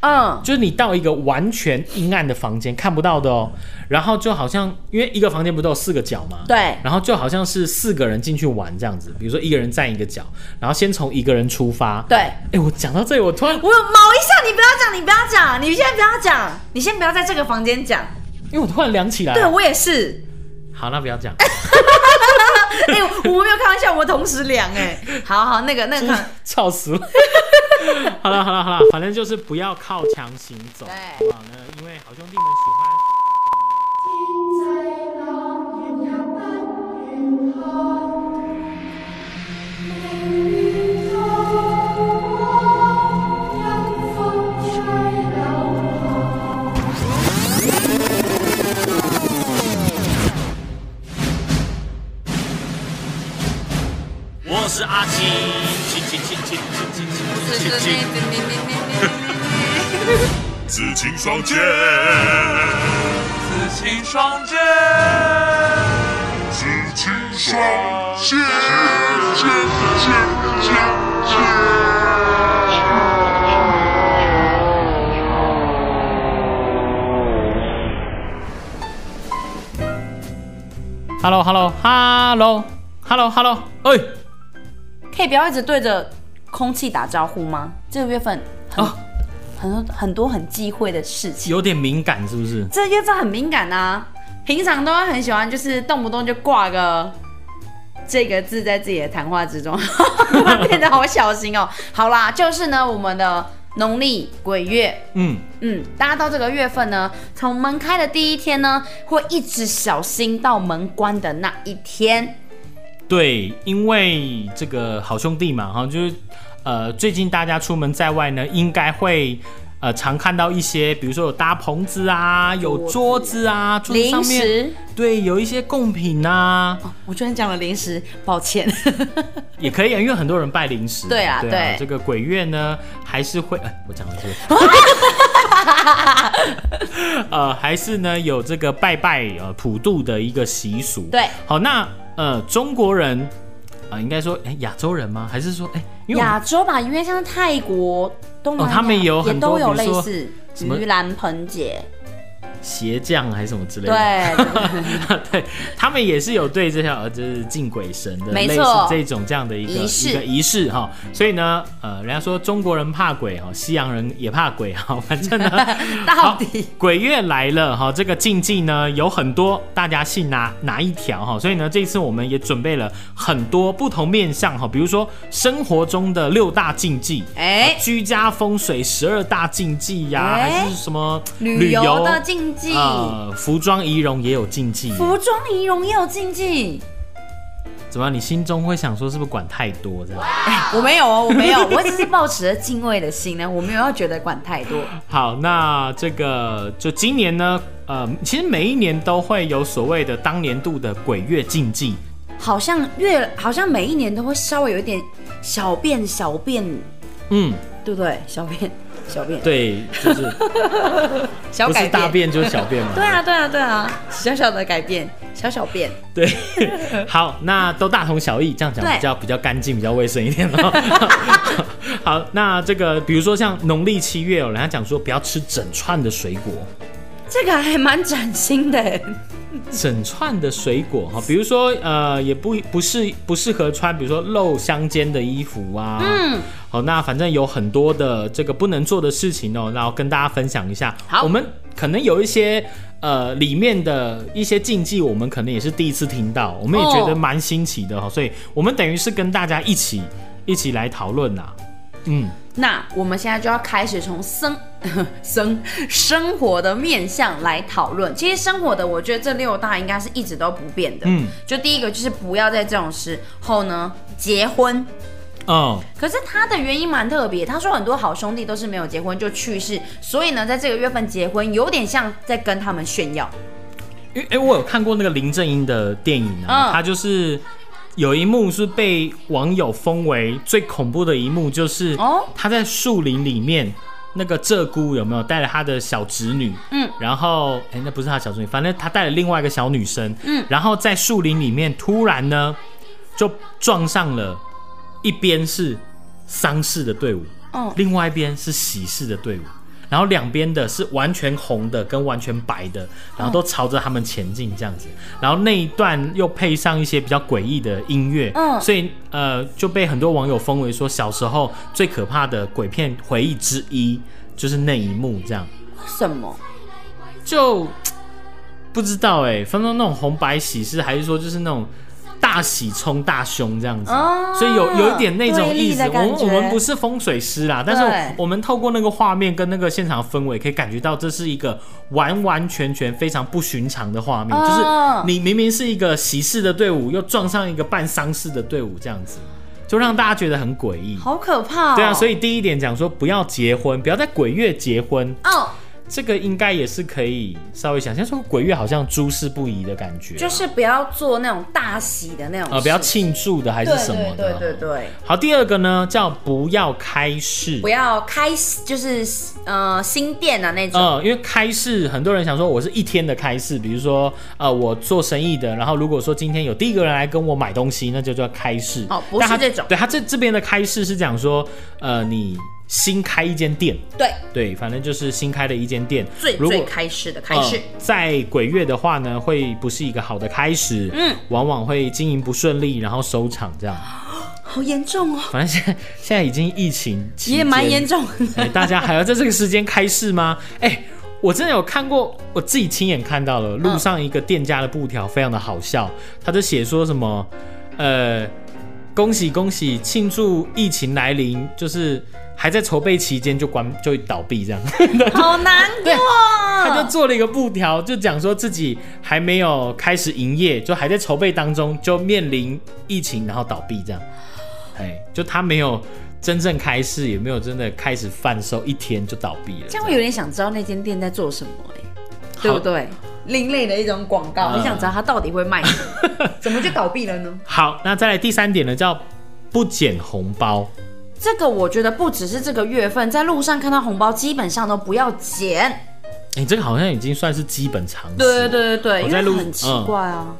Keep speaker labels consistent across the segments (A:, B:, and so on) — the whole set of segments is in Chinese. A: 嗯，
B: 就是你到一个完全阴暗的房间，看不到的哦。然后就好像，因为一个房间不都有四个角吗？
A: 对
B: 然后就好像是四个人进去玩这样子，比如说一个人站一个角，然后先从一个人出发。。
A: 对。
B: 哎，我讲到这里，我突然，
A: 我有毛一下，你不要讲，你不要讲，你先不要讲，你先不要在这个房间讲。
B: 因为我突然凉起来。
A: 对我也是，
B: 好，那不 要讲。
A: 哎、我没有开玩笑，我同时量哎、好好，那个那个看，
B: 笑死 了。好了好了好了，反正就是不要靠墙行走，好
A: 对
B: 不好呢？因为好兄弟们喜欢。
C: 我是阿青，青青青青青青青青青，
D: 紫青双剑，
C: 紫青双剑，
D: 紫青双剑，剑剑剑剑。
B: Hello Hello Hello Hello Hello，哎、
A: 可以不要一直对着空气打招呼吗？这个月份很、
B: 啊
A: 很多很多很忌讳的事情，
B: 有点敏感是不是？
A: 这月份很敏感啊，平常都会很喜欢，就是动不动就挂个。 这个字在自己的谈话之中， 变得好小心哦。好啦，就是呢，我们的农历鬼月
B: 嗯，
A: 嗯，大家到这个月份呢，从门开的第一天呢，会一直小心到门关的那一天。
B: 对，因为这个好兄弟嘛，哈，就是呃，最近大家出门在外呢，应该会。呃，常看到一些，比如说有搭棚子啊，有桌子啊，桌子
A: 零
B: 上面
A: 食、
B: 对，有一些贡品啊，
A: 哦，我居然讲了零食，抱歉。
B: 也可以啊，因为很多人拜零食嘛。
A: 对啊对
B: 这个鬼月呢，还是会，呃、我讲的是， 呃，还是呢有这个拜拜呃普渡的一个习俗。
A: 对，
B: 好，那呃中国人啊、呃应该说哎亚、洲人吗？还是说哎、因为我 们
A: 亚洲吧，因为像泰国、东南亚、
B: 哦他们也有很多
A: 也都有
B: 比如
A: 类
B: 说
A: 似
B: 什么
A: 盂兰盆节，
B: 鞋匠还是什么之类的？
A: 对，
B: 对，他们也是有对这条呃，就是敬鬼神的，
A: 没
B: 类
A: 错
B: 似这种这样的一个
A: 仪式，
B: 一个仪式哈、所以呢，呃，人家说中国人怕鬼哈、西洋人也怕鬼哈、 反正呢
A: 到
B: 好
A: 底
B: 鬼月来了哈、这个禁忌呢有很多，大家信哪哪一条哈、所以呢，这次我们也准备了很多不同面向哈、比如说生活中的六大禁忌。
A: 哎、
B: 居家风水十二大禁忌呀、
A: 哎
B: 还是什么
A: 旅游的禁忌，
B: 呃，服装仪容也有禁忌，
A: 服装仪容也有禁忌。
B: 怎么样？你心中会想说，是不是管太多这样？
A: 我没有哦，我没有， 我只是抱持着敬畏的心呢，我没有要觉得管太多。
B: 好，那这个就今年呢，呃，其实每一年都会有所谓的当年度的鬼月禁忌，
A: 好像越好像每一年都会稍微有一点小变小变，
B: 嗯，
A: 对不对？小变小变，
B: 对， 就是
A: 小
B: 不
A: 改
B: 是
A: 变，
B: 大便就是小便嘛，
A: 对啊，对啊，对啊，小小的改变，小小变。
B: 对， 好，那都大同小异，这样讲
A: 对
B: 比较比较干净，比较卫生一点哦。 好，那这个比如说像农历七月哦，人家讲说不要吃整串的水果，
A: 这个还蛮崭新的欸，
B: 整串的水果哈，比如说呃，也不不是不适合穿，比如说露香肩的衣服啊，嗯，好，那反正有很多的这个不能做的事情哦，然后跟大家分享一下。
A: 好
B: 我们可能有一些呃里面的一些禁忌，我们可能也是第一次听到，我们也觉得
A: 哦
B: 蛮新奇的哈、所以我们等于是跟大家一起一起来讨论呐，嗯，
A: 那我们现在就要开始从生 生生活的面向来讨论。其实生活的，我觉得这六大应该是一直都不变的。
B: 嗯，
A: 就第一个就是不要在这种时候呢结婚，
B: 哦，
A: 可是他的原因蛮特别，他说很多好兄弟都是没有结婚就去世，所以呢，在这个月份结婚有点像在跟他们炫耀。
B: 因为、诶我有看过那个林正英的电影啊，
A: 嗯
B: 他就是有一幕是被网友封为最恐怖的一幕，就是
A: 哦
B: 他在树林里面。那个鹧鸪有没有带了他的小侄女？
A: 嗯，
B: 然后哎、诶那不是他小侄女，反正他带了另外一个小女生。嗯，然后在树林里面突然呢，就撞上了一边是丧事的队伍，
A: 嗯
B: 另外一边是喜事的队伍。然后两边的是完全红的跟完全白的，然后都朝着他们前进这样子，然后那一段又配上一些比较诡异的音乐，
A: 嗯
B: 所以呃就被很多网友封为说小时候最可怕的鬼片回忆之一，就是那一幕这样。
A: 什么？
B: 就不知道哎、分分钟那种红白喜事，还是说就是那种大喜冲大凶这样子，
A: 哦
B: 所以有有一点那种意
A: 对立
B: 思。
A: 的
B: 我
A: 感
B: 们
A: 觉
B: 我们不是风水师啦，但是
A: 对
B: 我们透过那个画面跟那个现场氛围，可以感觉到这是一个完完全全非常不寻常的画面，
A: 哦
B: 就是你明明是一个喜事的队伍，又撞上一个办丧事的队伍这样子，就让大家觉得很诡异。
A: 好可怕、哦！
B: 对啊，所
A: 以
B: 以第一点讲说不要结婚，不要在鬼月结婚，
A: 哦，
B: 这个应该也是可以稍微想象，说鬼月好像诸事不宜的感觉，
A: 就是不要做那种大喜的那种
B: 呃不要
A: 事
B: 庆祝的还是什么
A: 对
B: 的。
A: 对对对对，
B: 好，第二个呢叫不要开市
A: 不。要开就是呃新店啊那种，
B: 嗯，因为开市，很多人想说我是一天的开市，比如说，呃，我做生意的，然后如果说今天有第一个人来跟我买东西，那就叫开市。
A: 哦不是
B: 但他
A: 这种
B: 对他这这边的开市是讲说，呃，你新开一间店，
A: 对，
B: 对，反正就是新开的一间店，
A: 最
B: 如果
A: 最开始的开始
B: 呃。在鬼月的话呢，会不是一个好的开始，嗯，往往会经营不顺利，然后收场这样。
A: 好严重哦，
B: 反正现在现在已经疫情期间
A: 也蛮严重
B: 哎
A: 的。
B: 大家还要在这个时间开市吗？哎、我真的有看过，我自己亲眼看到了，路上一个店家的布条非常的好笑，他就写说什么，呃，恭喜恭喜，庆祝疫情来临，就是还在筹备期间就关就倒闭这样。
A: 好难过。
B: 他就做了一个布条，就讲说自己还没有开始营业，就还在筹备当中，就面临疫情，然后倒闭这样。哎，就他没有真正开市，也没有真的开始贩售，一天就倒闭了。
A: 这样我有点想知道那间店在做什么、哎，对不对？另类的一种广告，
B: 嗯
A: 我想知道它到底会卖什 么，怎么就倒闭了呢？
B: 好，那再来第三点呢，叫不捡红包。
A: 这个我觉得不只是这个月份，在路上看到红包基本上都不要捡。
B: 哎，这个好像已经算是基本常识。
A: 对对对对，
B: 我
A: 因
B: 在
A: 为
B: 路
A: 很奇怪啊。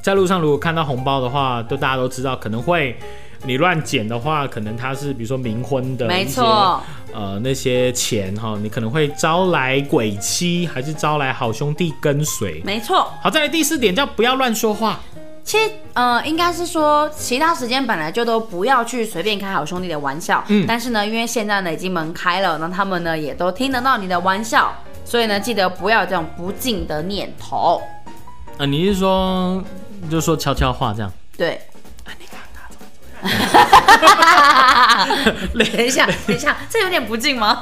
B: 在路上如果看到红包的话，都大家都知道，可能会你乱捡的话，可能它是比如说冥婚的，
A: 没错，
B: 呃，那些钱哈，你可能会招来鬼妻，还是招来好兄弟跟随。
A: 没错。
B: 好，再来第四点叫不要乱说话。
A: 其实，呃，应该是说，其他时间本来就都不要去随便开好兄弟的玩笑。
B: 嗯
A: 但是呢，因为现在呢已经门开了，那他们呢也都听得到你的玩笑，所以呢，记得不要有这种不敬的念头。
B: 呃，你是说就说悄悄话这 样？
A: 对。 等一下，等一下，这有点不敬吗？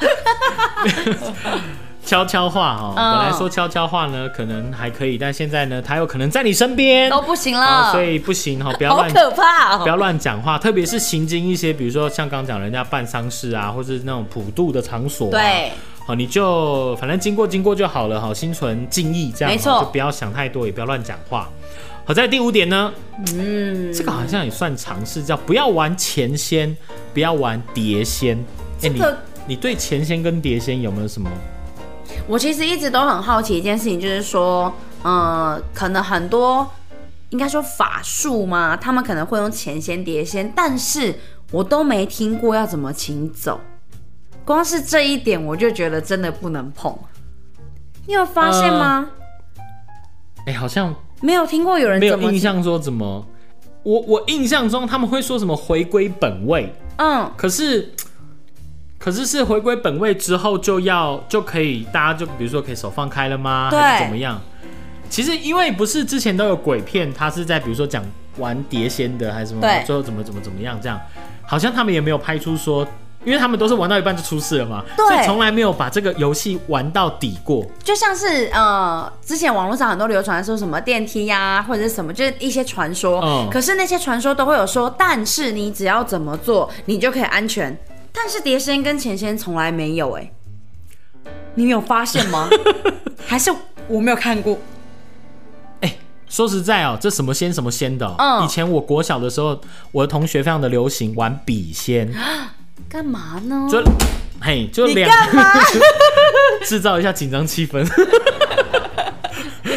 B: 悄悄话哈、
A: 嗯
B: 本来说悄悄话呢，可能还可以，但现在呢，他有可能在你身边，
A: 都不行
B: 啊
A: 了，
B: 所以不行哈、不要
A: 嗯好
B: 乱
A: 可怕
B: 不
A: 哦！
B: 要乱讲话，特别是行经一些，比如说像刚讲人家办丧事啊，或是那种普渡的场所、啊，
A: 对，
B: 好，你就反正经过经过就好了，好，心存敬意，这样
A: 没错
B: 就不要想太多，也不要乱讲话。好在第五点呢，
A: 嗯，
B: 这个好像也算尝试，叫不要玩钱仙，不要玩碟仙。
A: 这
B: 哎、
A: 个
B: 你你对钱仙跟碟仙有没有什么？
A: 我其实一直都很好奇一件事情，就是说，呃，可能很多应该说法术嘛，他们可能会用钱先碟仙，但是我都没听过要怎么请走。光是这一点，我就觉得真的不能碰。你有发现
B: 呃
A: 吗？
B: 哎、好像
A: 没有听过有人
B: 没有
A: 呃怎么
B: 印象说怎么。我我印象中他们会说什么回归本位，
A: 嗯，
B: 可是，可是是回归本位之后就要就可以，大家就比如说可以手放开了吗？
A: 对
B: 还是怎么样？其实因为不是之前都有鬼片，他是在比如说讲玩碟仙的还是什么
A: 对，
B: 最后怎么怎么怎么样这样，好像他们也没有拍出说。因为他们都是玩到一半就出事了嘛，
A: 对
B: 所以从来没有把这个游戏玩到底过。
A: 就像是呃，之前网络上很多流传说什么电梯呀、或者是什么，就是一些传说。
B: 嗯
A: 可是那些传说都会有说，但是你只要怎么做，你就可以安全。但是碟仙跟前仙从来没有哎、你有发现 吗？还是我没有看过？
B: 哎说实在哦，这什么仙什么仙的、哦，
A: 嗯
B: 以前我国小的时候，我的同学非常的流行玩笔仙，
A: 干嘛呢？
B: 就嘿，就
A: 哦你
B: 两
A: 干嘛？
B: 制造一下紧张气氛，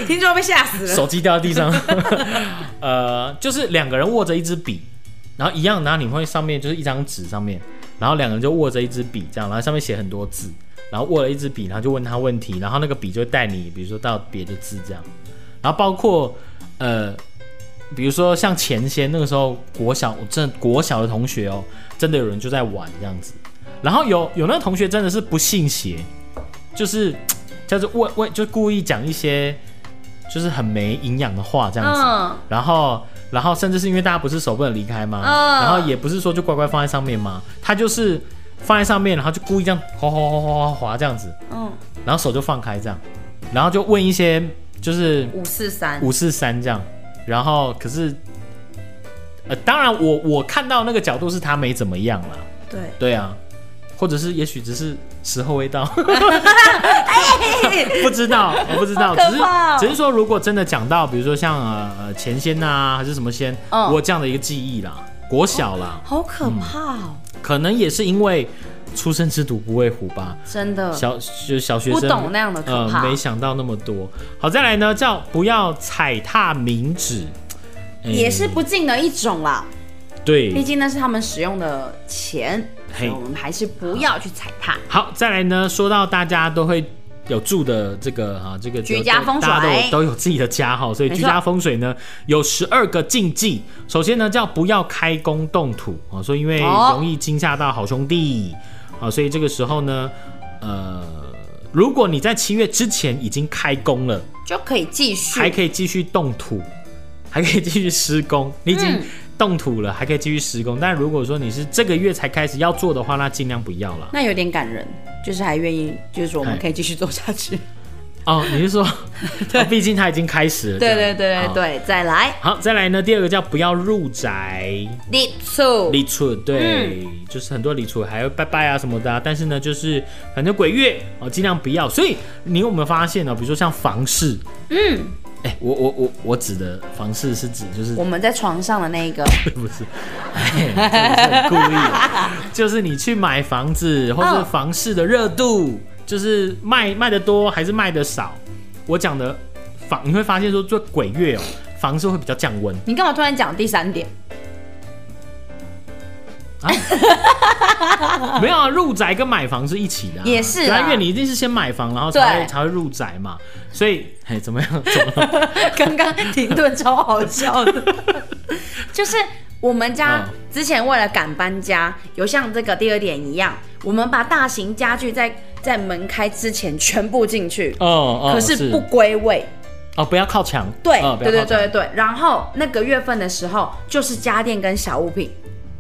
A: 听众被吓死了。
B: 手机掉在地上。 呃，就是两个人握着一支笔，然后一样，然后你会上面就是一张纸上面，然后两个人就握着一支笔这样，然后上面写很多字，然后握了一支笔，然后就问他问题，然后那个笔就带你，比如说到别的字这样，然后包括呃，比如说像前仙那个时候国小，我真的国小的同学哦，真的有人就在玩这样子，然后有有那个同学真的是不信邪，就是叫做问问，就故意讲一些就是很没营养的话这样子，
A: 嗯
B: 然后，然后甚至是因为大家不是手不能离开嘛，
A: 嗯
B: 然后也不是说就乖乖放在上面嘛，他就是放在上面，然后就故意这样滑滑滑滑滑滑这样子，
A: 嗯，
B: 然后手就放开这样，然后就问一些就是
A: 五四三，
B: 五四三这样，然后可是，呃，当然我我看到那个角度是他没怎么样啦，
A: 对，
B: 对啊，或者是也许只是时候未到， 不知道，我不知道，
A: 好
B: 只
A: 可
B: 是
A: 怕哦
B: 只是说，如果真的讲到，比如说像呃呃前仙呐、还是什么仙，
A: 嗯
B: 我有这样的一个记忆啦，国小啦，
A: 好可怕哦，
B: 可能也是因为出生之犊不畏虎吧，
A: 真的，
B: 小就是小学
A: 嗯不
B: 生
A: 懂那样的可
B: 呃
A: 怕，，
B: 没想到那么多。好，再来呢，叫不要踩踏明指，哎
A: 也是不敬的一种啦。毕
B: 对。
A: 竟那是他们使用的钱，所
B: 嘿
A: 以我们还是不要去踩踏。
B: 好，再来呢，说到大家都会。有住的这个啊，这个
A: 居家风水
B: 大家都有都有自己的家哈，所以
A: 没错
B: 居家风水呢有十二个禁忌。首先呢叫不要开工动土啊，哦说因为
A: 哦
B: 容易惊吓到好兄弟啊，所以这个时候呢，呃，如果你在七月之前已经开工了，
A: 就可以继
B: 还
A: 续。
B: 可以继续动土，还可以继续施工。你已经
A: 嗯
B: 动土了，还可以继续施工。但如果说你是这个月才开始要做的话，那尽量不要了。
A: 那有点感人，就是还愿意，就是说我们
B: 哎
A: 可以继续做下去。
B: 哦，你是说，哦毕竟它已经开始 了。
A: 对
B: 这
A: 对
B: 样
A: 对对。
B: 好
A: 对，再来
B: 好，再来呢，第二个叫不要入宅
A: deep two，
B: 立处，对，就是很多立处还有拜拜啊什么的、啊，但是呢，就是反正鬼月哦，尽量不要。所以你有没有发现呢、哦比如说像房事，嗯，哎，我我我我指的房事是指就是
A: 我们在床上的那一个，
B: 不是，哎这个是很故意的， 就是你去买房子或是
A: 嗯
B: 房市的热度，就是卖卖的多还是卖的少，我讲的房你会发现说做鬼月哦，房市会比较降 温。
A: 你干嘛突然讲第三 点？
B: 没有啊，入宅跟买房是一起的啊、
A: 也是啊
B: 对啊因为你一定是先买房，然后才会
A: 对
B: 才会入宅嘛，所以哎怎么样？ 怎么样
A: 刚刚停顿超好 笑的，就是我们家
B: 嗯
A: 之前为了赶搬家，有像这个第二点一样，我们把大型家具在在门开之前全部进去，
B: 哦哦，
A: 可是不归位。
B: 哦不要靠墙，
A: 对、
B: 哦、不
A: 对
B: 要
A: 对
B: 靠墙
A: 对，对，然后那个月份的时候就是家电跟小物品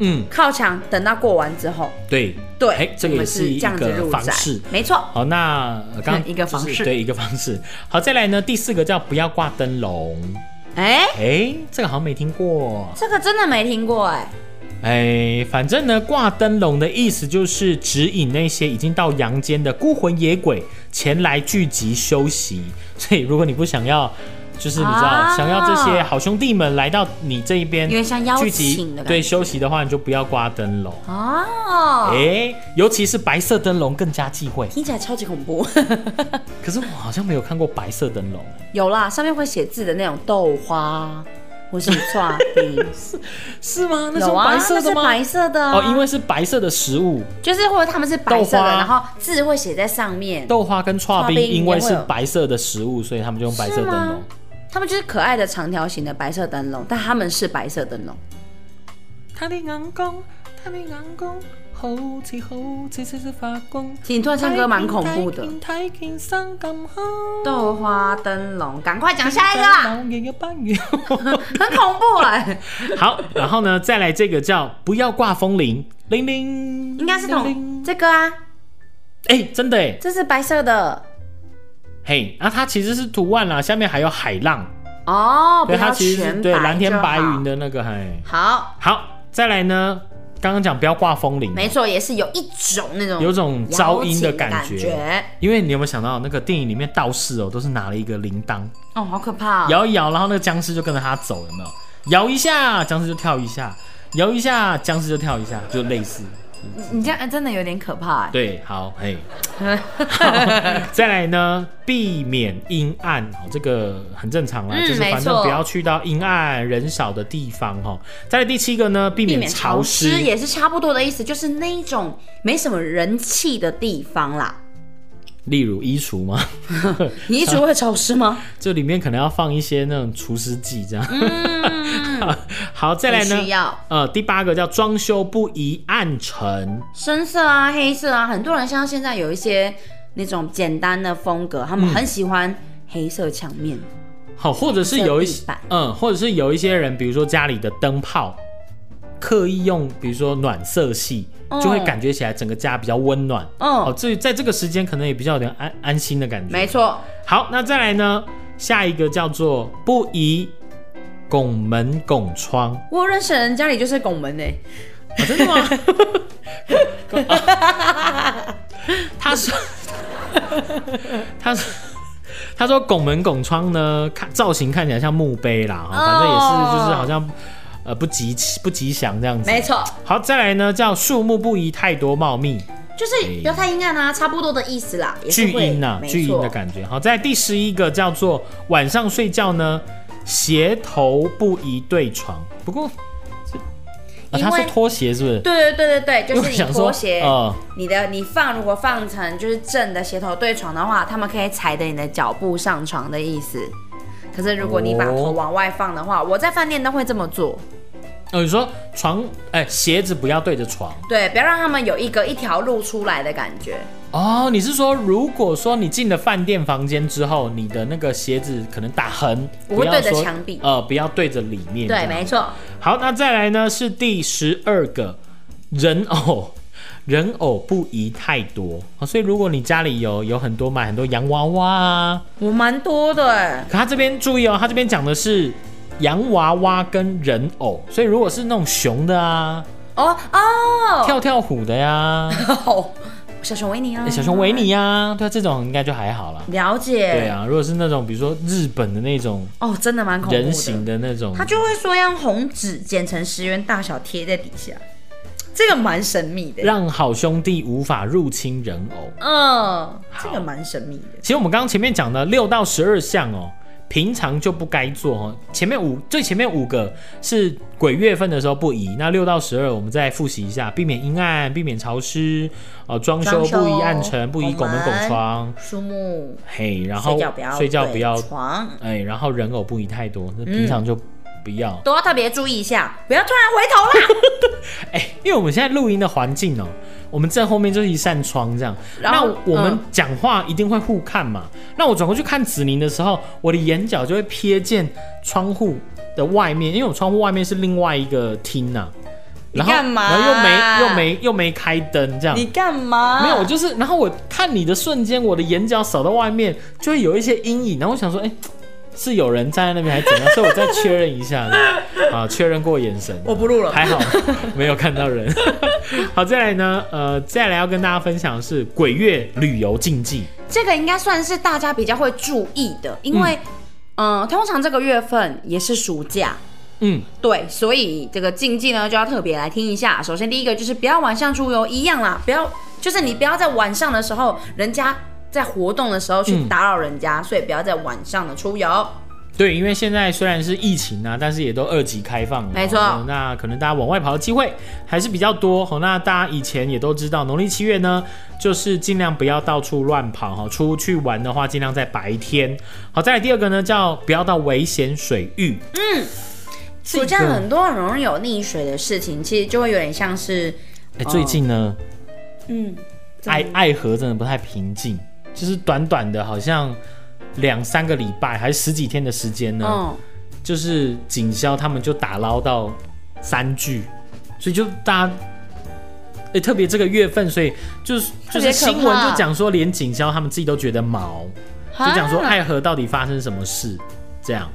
B: 嗯
A: 靠墙，等到过完之后，
B: 对
A: 对，
B: 哎这个
A: 我
B: 也
A: 们
B: 是
A: 是
B: 一
A: 这样子
B: 个
A: 入
B: 方
A: 宅
B: 式，
A: 没错，
B: 好，那呃刚
A: 嗯 一个方式
B: 就是对一个方式。好，再来呢，第四个叫不要挂灯笼。
A: 哎、
B: 哎，这个好像没听过。
A: 这个真的没听过哎、
B: 哎，反正呢，挂灯笼的意思就是指引那些已经到阳间的孤魂野鬼前来聚集休息。所以，如果你不想要，就是你知道，
A: 啊
B: 想要这些好兄弟们来到你这一边，
A: 有点像邀
B: 聚集
A: 请的感觉
B: 对休息的话，你就不要挂灯笼。
A: 哦，
B: 哎，尤其是白色灯笼更加忌讳。
A: 听起来超级恐怖。
B: 可是我好像没有看过白色灯笼。
A: 有啦，上面会写字的那种豆花，或是刷冰，
B: 是吗？ 那
A: 有
B: 种
A: 啊，
B: 白色的
A: 那
B: 吗？
A: 是白色的啊、
B: 哦，因为是白色的食物，
A: 就是或者他们是白色
B: 豆花
A: 的，然后字会写在上面，
B: 豆花跟刨冰
A: 刨冰
B: 因为
A: 也会
B: 是
A: 有
B: 白色的食物，所以他们就用白色灯
A: 是
B: 笼
A: 吗。他们就是可爱的长条形的白色灯笼，但他们是白色灯笼，
B: 他的眼光，他的眼光，好似好似似似发光。
A: 其实你突然唱歌蛮恐怖的。
B: 太平山咁好，
A: 豆花灯笼，赶快讲下一个 啦，
B: 老爷爷伴月
A: 很恐怖哎、
B: 好，然后呢，再来这个叫不要挂风铃，铃铃，
A: 应该是
B: 铃
A: 同
B: 铃
A: 这个啊，
B: 哎、真的哎，
A: 这是白色的
B: 嘿，那、它其实是图案啦，下面还有海浪，
A: 哦，不
B: 对，它
A: 要
B: 其实
A: 全
B: 是
A: 白
B: 对蓝天
A: 就好
B: 白云。的那个，嘿，
A: 好，
B: 好，再来呢，刚刚讲不要挂风铃，
A: 没错，也是有一种那种
B: 有种招阴的感
A: 摇
B: 觉
A: 起的感觉
B: 因为你有没有想到那个电影里面道士哦，都是拿了一个铃铛
A: 哦，好可怕、哦！
B: 摇一摇，然后那个僵尸就跟着他走，有没有？摇一下，僵尸就跳一下；摇一下，僵尸就跳一下，就类似。
A: 你这样哎真的有点可怕哎。
B: 对，好，嘿，好再来呢，避免阴暗哦，这个很正常啦，
A: 嗯
B: 就是
A: 没
B: 反正
A: 错
B: 不要去到阴暗人少的地方哦。再来第七个呢，避
A: 避
B: 免
A: 免潮
B: 潮湿
A: 湿也是差不多的意思，就是那一种没什么人气的地方啦。
B: 例如衣橱吗？
A: 你衣橱会潮湿吗？
B: 这里面可能要放一些那种除湿剂这样。
A: 嗯，
B: 好，再来
A: 很需
B: 呢
A: 要？
B: 呃，第八个叫装修不宜暗沉，
A: 深色啊，黑色啊，很多人像现在有一些那种简单的风格，他们很喜欢黑色墙面。
B: 好，或者是有一些
A: 色地板，
B: 嗯，或者是有一些人，比如说家里的灯泡刻意用，比如说暖色系，就会
A: 嗯
B: 感觉起来整个家比较温暖。
A: 嗯
B: 哦，这在这个时间可能也比较有点安安心的感觉。
A: 没。错，
B: 好，那再来呢？下一个叫做不宜拱门拱窗。
A: 我认识的人家里就是拱门的、欸
B: 啊真的吗？ 他说，他说，他说拱门拱窗呢，看造型看起来像墓碑啦，哦反正也是就是好像呃不吉不吉祥这样子。
A: 没错，
B: 好，再来呢，叫树木不宜太多茂密，
A: 就是不要太阴暗啊，差不多的意思啦，也是
B: 哎巨
A: 会
B: 阴呐、
A: 没错
B: 巨阴的感觉。好，在第十一个叫做晚上睡觉呢，鞋头不宜对床。不过，这啊、
A: 因
B: 他
A: 为
B: 是拖鞋是不是？
A: 对对对对对，就
B: 因
A: 是
B: 为我想
A: 你
B: 说
A: 拖鞋，
B: 呃
A: 你的你放如果放成就是正的鞋头对床的话，他们可以踩着你的脚步上床的意思。可是如果你把
B: 哦
A: 头往外放的话，我在饭店都会这么做，
B: 哦，你说床，哎、鞋子不要对着床
A: 对，不要让他们有一个一条路出来的感觉。
B: 哦。你是说，如果说你进了饭店房间之后，你的那个鞋子可能打横，
A: 不会
B: 要
A: 对着
B: 说
A: 墙壁
B: 呃，不要对着里面。这
A: 对，
B: 样
A: 没。错，
B: 好，那再来呢是第十二个人偶。 人偶不宜太多，哦所以如果你家里有有很多买很多洋娃娃啊，
A: 我蛮多的欸，
B: 可他这边注意哦，他这边讲的是洋娃娃跟人偶，所以如果是那种熊的啊，
A: 哦哦，
B: 跳跳虎的呀、
A: 小熊维尼啊
B: 欸，小熊维尼啊，对啊，这种应该就还好啦。
A: 了解，
B: 对，啊，如果是那种比如说日本的那种
A: 哦，真的蛮恐怖的，
B: 人形的那种，
A: 他就会说要用红纸剪成十元大小贴在底下，这个蛮神秘的。
B: 让好兄弟无法入侵人偶。
A: 嗯，
B: 好
A: 这个蛮神秘的。
B: 其实我们刚刚前面讲的六到十二项哦，平常就不该做哦。前面五最前面五个是鬼月份的时候不宜，那六到十二我们再复习一下，避免阴暗，避免潮湿，哦，装修
A: 装修
B: 不宜暗沉，不宜拱门
A: 拱
B: 拱
A: 门
B: 窗，
A: 树木，
B: 嘿，然
A: 睡
B: 后
A: 觉不要
B: 睡觉不要
A: 对，嗯床，
B: 哎，然后人偶不宜太多，那平常就不要。
A: 都要特别注意一下，不要突然回头啦。
B: 哎、因为我们现在录音的环境哦、我们正后面就是一扇窗这样。
A: 然
B: 那
A: 后
B: 我们讲话一定会互看嘛。那我转过去看子宁的时候，我的眼角就会瞥见窗户的外面，因为我窗户外面是另外一个厅呐、然后，
A: 你干嘛
B: 然后又没又没又没开灯这 样。
A: 你干嘛？
B: 没有，我就是，然后我看你的瞬间，我的眼角扫到外面，就会有一些阴影。然后我想说，哎、是有人站在那边还是怎样？所以我再确认一 下，啊，确认过眼神。
A: 我不录了。
B: 还好没有看 到人。好，再来呢，呃，再来要跟大家分享的是鬼月旅游禁忌。
A: 这个应该算是大家比较会注意的，因为，嗯、通常这个月份也是暑假，
B: 嗯，
A: 对，所以这个禁忌呢就要特别来听一下。首先第一个就是不要晚上出游，一样啦，不要就是你不要在晚上的时候，人家在活动的时候去
B: 嗯
A: 打扰人家，所以不要在晚上的出游。
B: 对，因为现在虽然是疫情啊，但是也都二级开放了，
A: 没错
B: 哦那可能大家往外跑的机会还是比较多。好、那大家以前也都知道，农历七月呢，就是尽量不要到处乱跑哈、哦出去玩的话，尽量在白天。好，再来第二个呢，叫不要到危险水域。嗯，
A: 暑假很多很容易有溺水的事情，其实就会有点像是，
B: 哎，最近呢，
A: 嗯，
B: 爱爱河真的不太平静，就是短短的，好像两三个礼拜还是十几天的时间呢，
A: 嗯，
B: 就是警消他们就打捞到三具，所以就大家。哎、特别这个月份，所以就是
A: 特
B: 就是
A: 别可怕
B: 新闻就讲说，连警消他们自己都觉得毛，就讲
A: 啊
B: 说爱河到底发生什么事，这样，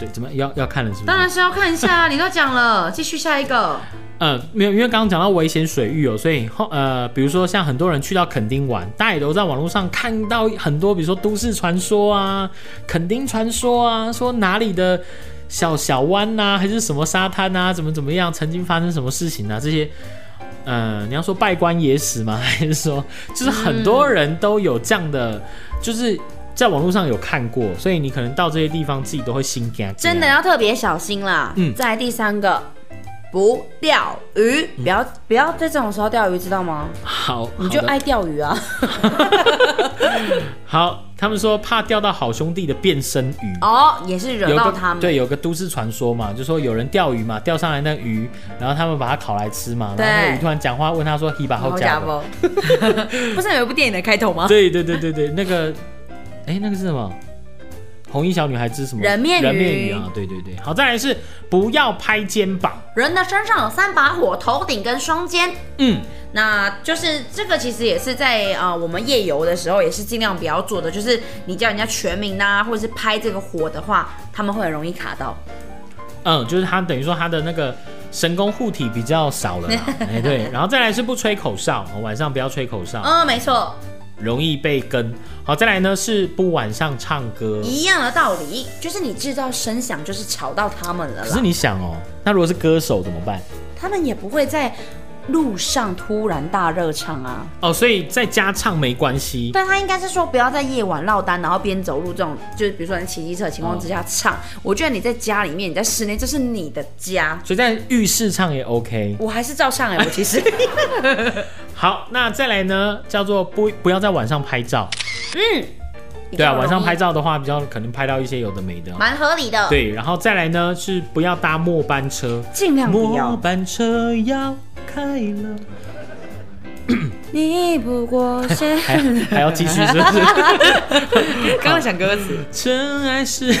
B: 对，怎么要要看了是不
A: 当
B: 是？
A: 然是要看一下，你都讲了， 继续下一个。
B: 嗯，没有，因为刚刚讲到危险水域哦，所以后呃，比如说像很多人去到垦丁玩，大家也都在网络上看到很多，比如说都市传说啊、垦丁传说啊，说哪里的小小湾呐、还是什么沙滩呐、怎么怎么样，曾经发生什么事情啊，这些。呃， 你要说拜官野史吗？还是说，就是很多人都有这样的，就是在网络上有看过，所以你可能到这些地方自己都会心惊。啊
A: 真的要特别小心啦。
B: 嗯
A: 再来第三个，不钓鱼，不要不要在这种时候钓鱼，知道吗？
B: 好，
A: 你就
B: 好的
A: 爱钓鱼 啊！
B: 好。他们说怕钓到好兄弟的变身鱼。
A: 哦，也是惹
B: 有
A: 到
B: 个
A: 他们。
B: 对，有个都市传说嘛，就说有人钓鱼嘛，钓上来那鱼，然后他们把它烤来吃嘛，然后那
A: 对
B: 个鱼突然讲话问他说：“你把后
A: 好
B: 加
A: 家
B: 的
A: 伙， 不是有一部电影的开头吗？
B: 对对对对对，那个，哎，那个是什么？红衣小女孩之什么？
A: 人面鱼
B: 人面鱼啊，对对对。好，再来是不要拍肩膀，
A: 人的身上有三把火，头顶跟双肩。
B: 嗯，
A: 那就是这个，其实也是在啊、呃我们夜游的时候也是尽量不要做的，就是你叫人家全名呐、或者是拍这个火的话，他们会很容易卡到。
B: 嗯，就是他等于说他的那个神功护体比较少 了啦，哎对，然后再来是不吹口哨，哦晚上不要吹口哨，
A: 嗯、没错，
B: 容易被跟。好，再来呢是不晚上唱歌。
A: 一样的道理，就是你制造声响，就是吵到他们了
B: 可
A: 啦
B: 是。你想哦，那如果是歌手怎么办？
A: 他们也不会在路上突然大热唱啊。
B: 哦，所以在家唱没关系。
A: 但他应该是说不要在夜晚落单，然后边走路这种，就是比如说你骑机车的情况之下唱。我觉得你在家里面，你在室内，这是你的家。
B: 所以在浴室唱也 OK。
A: 我还是照 唱哎、我其实，
B: 好，那再来呢，叫做不不要在晚上拍照。对啊，晚上拍照的话，比较可能拍到一些有的没的。
A: 蛮合理的，，
B: 对，然后再来呢是不要搭末班车，
A: 尽量不
B: 末
A: 要。
B: 班车要开了，
A: 你不过是
B: 还还要继续是 不是？
A: 刚刚想歌词，
B: 真爱是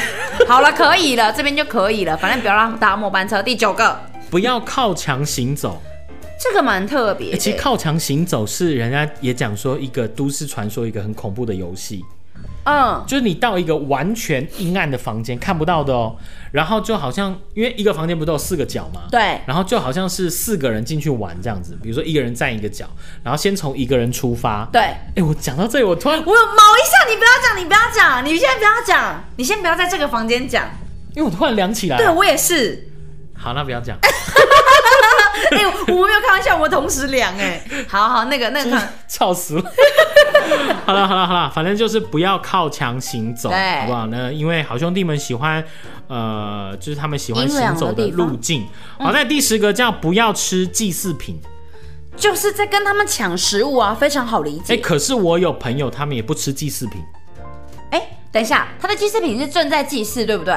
A: 好了，可以了，这边就可以了，反正不要让他们搭末班车。第九个，
B: 不要靠墙行走。
A: 这个蛮特别
B: 欸
A: 的、
B: 其实靠墙行走是人家也讲说一个都市传说，一个很恐怖的游戏。
A: 嗯，
B: 就是你到一个完全阴暗的房间，看不到的哦。然后就好像，因为一个房间不都有四个角吗？
A: 对
B: 然后就好像是四个人进去玩这样子，比如说一个人站一个角，然后先从一个人出发。。
A: 对。
B: 哎，我讲到这里，我突然，
A: 我有毛一下，你不要讲，你不要讲，你现在不要讲，你先不要在这个房间讲。
B: 因为我突然凉起来
A: 对
B: 了。
A: 我也是，
B: 好，那不要讲。
A: 哎、我没有开玩笑，我同时量哎、好好，那个那个看，
B: 笑死 了。好了好了好了，反正就是不要靠墙行走，
A: 对
B: 好不好呢？因为好兄弟们喜欢，呃，就是他们喜欢
A: 阴凉
B: 行
A: 的
B: 走的
A: 地方嗯
B: 路径。好，在第十个叫不要吃祭祀品。
A: 就是在跟他们抢食物啊，非常好理解。
B: 哎、可是我有朋友，他们也不吃祭祀品
A: 哎、等一下，他的祭祀品是正在祭祀，对不对？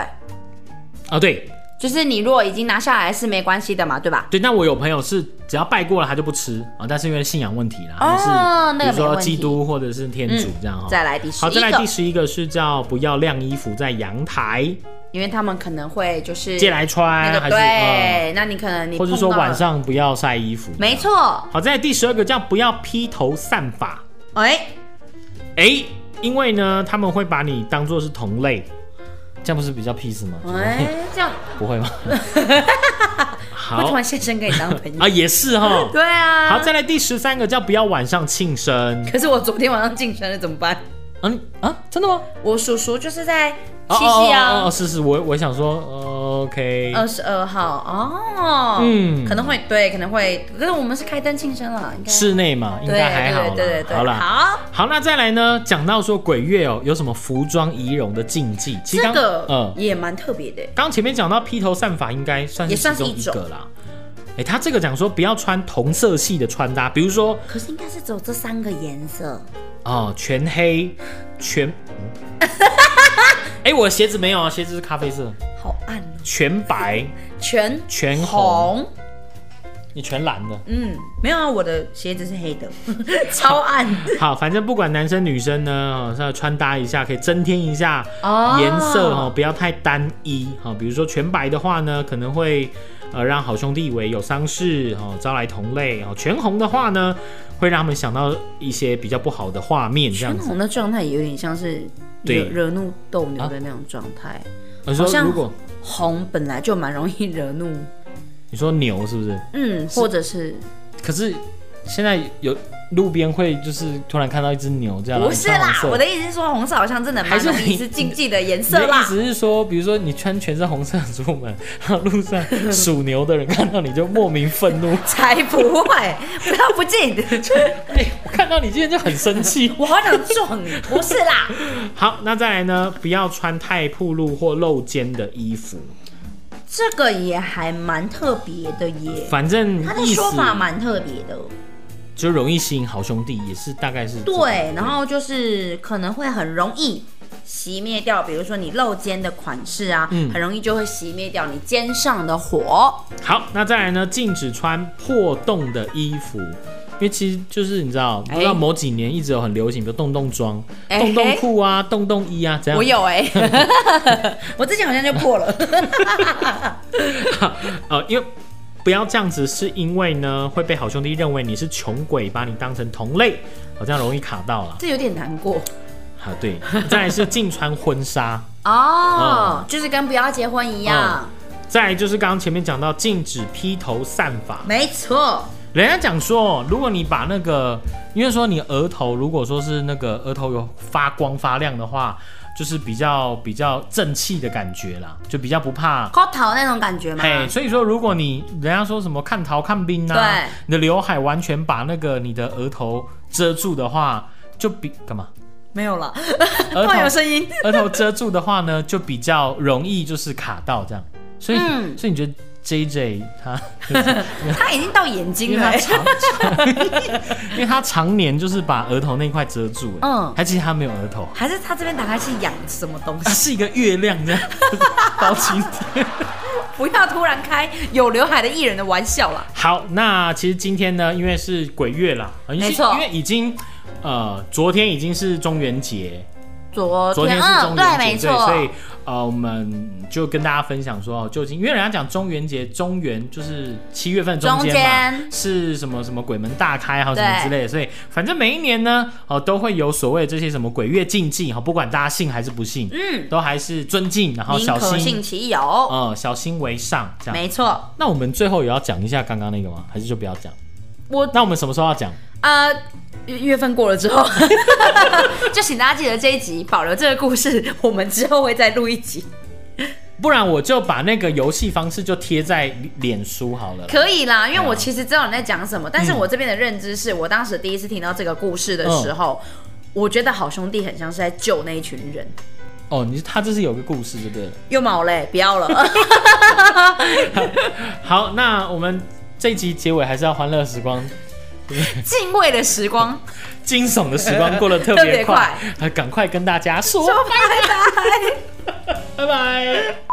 B: 啊。对
A: 就是你如果已经拿下来是没关系的嘛，对吧？
B: 对，那我有朋友是只要拜过了他就不吃啊，但是因为信仰问题啦，
A: 哦那个没
B: 就是比如说
A: 问题嗯
B: 基督或者是天主这样哈、
A: 再来第十
B: 好，
A: 一
B: 再来第
A: 个，
B: 十一个是叫不要晾衣服在阳台
A: 因为他们可能会就是
B: 借来穿，
A: 那个
B: 还是呃
A: 对，那你可能你
B: 或者
A: 碰
B: 说
A: 到了
B: 晚，上不要晒衣服。
A: 没错，
B: 好，在第十二个叫不要披头散发。
A: 哎、
B: 哎、因为呢，他们会把你当做是同类，这样不是比较 peace 吗？
A: 哎、这样
B: 不会 吗？
A: 会突
B: 好
A: 然现身跟你当朋友？
B: 啊，也是哈。
A: 对啊，
B: 好，再来第十三个叫不要晚上庆生。
A: 可是我昨天晚上进山了，怎么办？
B: 嗯啊，真的吗？
A: 我叔叔就是在
B: 哦
A: 七夕啊。
B: 哦哦哦，是是，我我想说呃，OK，
A: 二十二号哦，
B: 嗯
A: 可能会对，可能会，可是我们是开灯庆生了，应该
B: 室内嘛，应
A: 对
B: 该还好啦
A: 对对对对，
B: 好啦，
A: 好，
B: 好，那再来呢，讲到说鬼月哦，有什么服装仪容的禁忌？其
A: 这
B: 实刚
A: 个
B: 呃，
A: 也蛮特别的，
B: 刚前面讲到披头散发，应该算是
A: 也算
B: 其
A: 是
B: 中
A: 一
B: 一
A: 种
B: 个啦。哎，他这个讲说不要穿同色系的穿搭，比如说
A: 可是应该是只有这三个颜色，
B: 哦，全黑，全，嗯 哎、我的鞋子没有啊，鞋子是咖啡色，
A: 好暗哦，
B: 全白，
A: 全
B: 全红，
A: 红，
B: 你全蓝的。
A: 嗯，没有啊，我的鞋子是黑的， 超暗，
B: 好，反正不管男生女生呢，哦，稍微穿搭一下，可以增添一下
A: 哦
B: 颜色哦，不要太单一哦。比如说全白的话呢，可能会呃让好兄弟以为有丧事哦，招来同类哦。全红的话呢，会让他们想到一些比较不好的画面，这样
A: 全
B: 子。
A: 红的状态有点像是惹
B: 对
A: 惹怒斗牛的那种状态，
B: 呃你
A: 好
B: 说
A: 像
B: 如果
A: 红本来就蛮容易惹怒，
B: 你说牛是不是？
A: 嗯，或者是
B: 可是现在有路边会就是突然看到一只牛这样，
A: 不是
B: 然后
A: 啦
B: 穿，红色
A: 我的意思是说红色好像真的蛮
B: 还是
A: 容易
B: 你
A: 是禁忌的颜
B: 你的
A: 色
B: 意
A: 啦。
B: 思是说，比如说你穿全身红色出门，然后路上属牛的人看到你就莫名 愤怒，
A: 才不会，不要不敬，
B: 哎、我看到你今天就很生气。
A: 我好想撞你。不是啦，
B: 好，那再来呢？不要穿太暴露或露肩的衣服。
A: 这个也还蛮特别的耶，
B: 反正
A: 他的
B: 意思
A: 说法蛮特别的。哦
B: 就容易吸引好兄弟，也是大概是这样
A: 对，然后就是可能会很容易熄灭掉，比如说你露肩的款式啊，
B: 嗯
A: 很容易就会熄灭掉你肩上的火。
B: 好，那再来呢，禁止穿破洞的衣服。因为其实就是你知道，不知道某几年一直有很流行，比如洞洞装、
A: 哎
B: 洞洞裤啊、洞洞衣啊，这样。
E: 我有哎、
A: 欸 我之前好像就破了，
B: 呃，因为不要这样子，是因为呢会被好兄弟认为你是穷鬼，把你当成同类，好、 这样容易卡到了。
E: 这有点难过
B: 好，对，再来是禁穿婚纱，
A: 哦，
B: 嗯
A: 就是跟不要结婚一样，
B: 再来就是刚刚前面讲到禁止披头散发。
A: 没错，
B: 人家讲说，如果你把那个，因为说你额头如果说是那个额头有发光发亮的话，就是比较比较正气的感觉啦，就比较不怕。
A: 抠头那种感觉嘛。
B: 嘿，所以说，如果你人家说什么看桃看冰啊
A: 对，
B: 你的刘海完全把那个你的额头遮住的话，就比干嘛？
A: 没有 了，
B: 额
E: 突然有
B: 头
E: 声音，
B: 额头遮住的话呢，就比较容易就是卡到这样。所以，所以你觉得 J J 他？
A: 他已经到眼
B: 因
A: 睛
B: 为
A: 了
B: 他
A: 欸。
B: 常， 因为他常年就是把额头那一块遮住，嗯
A: 嗯，
B: 还其实他没有额头，
A: 还是他这边打开是养什么东
B: 啊
A: 西？
B: 是一个月亮这样 包青天。
A: 不要突然开有刘海的艺人的玩笑啦。
B: 好，那其实今天呢，因为是鬼月啦，呃
A: 没错
B: 因为已经呃，昨天已经是中元节，
A: 昨
B: 昨天是
A: 嗯，
B: 中元
A: 对，
B: 节，
A: 没
B: 对
A: 错
B: 所，以呃，我们就跟大家分享说，哦究竟因为人家讲中元节，中元就是七月份中间嘛
A: 中，间
B: 是什么什么鬼门大开啊还有什么
A: 对
B: 之类的，所以反正每一年呢，哦、都会有所谓这些什么鬼月禁忌哦哈、不管大家信还是不信，嗯，都还是尊敬，然后
A: 宁
B: 小
A: 可信
B: 心，
A: 其有，
B: 呃，小心为上这样。
A: 没错。
B: 那我们最后也要讲一下刚刚那个吗？还是就不要讲？
A: 我
B: 那我们什么时候要讲？
A: 呃，月月份过了之后， 就请大家记得这一集保留这个故事，我们之后会再录一集，
B: 不然我就把那个游戏方式就贴在脸书好了啦。
A: 可以啦。因为
B: 对啊
A: 我其实知道你在讲什么，但是
B: 嗯
A: 我这边的认知是我当时第一次听到这个故事的时候。我觉得好兄弟很像是在救那一群人，
B: 哦，你他这是有个故事就对了。
A: 又毛嘞，不要 了，
B: 好，那我们这一集结尾还是要欢乐时光，
A: 敬畏的时光，
B: 惊悚的时光过得特
A: 特
B: 别
A: 别
B: 快，啊赶快跟大家说，拜拜，拜拜。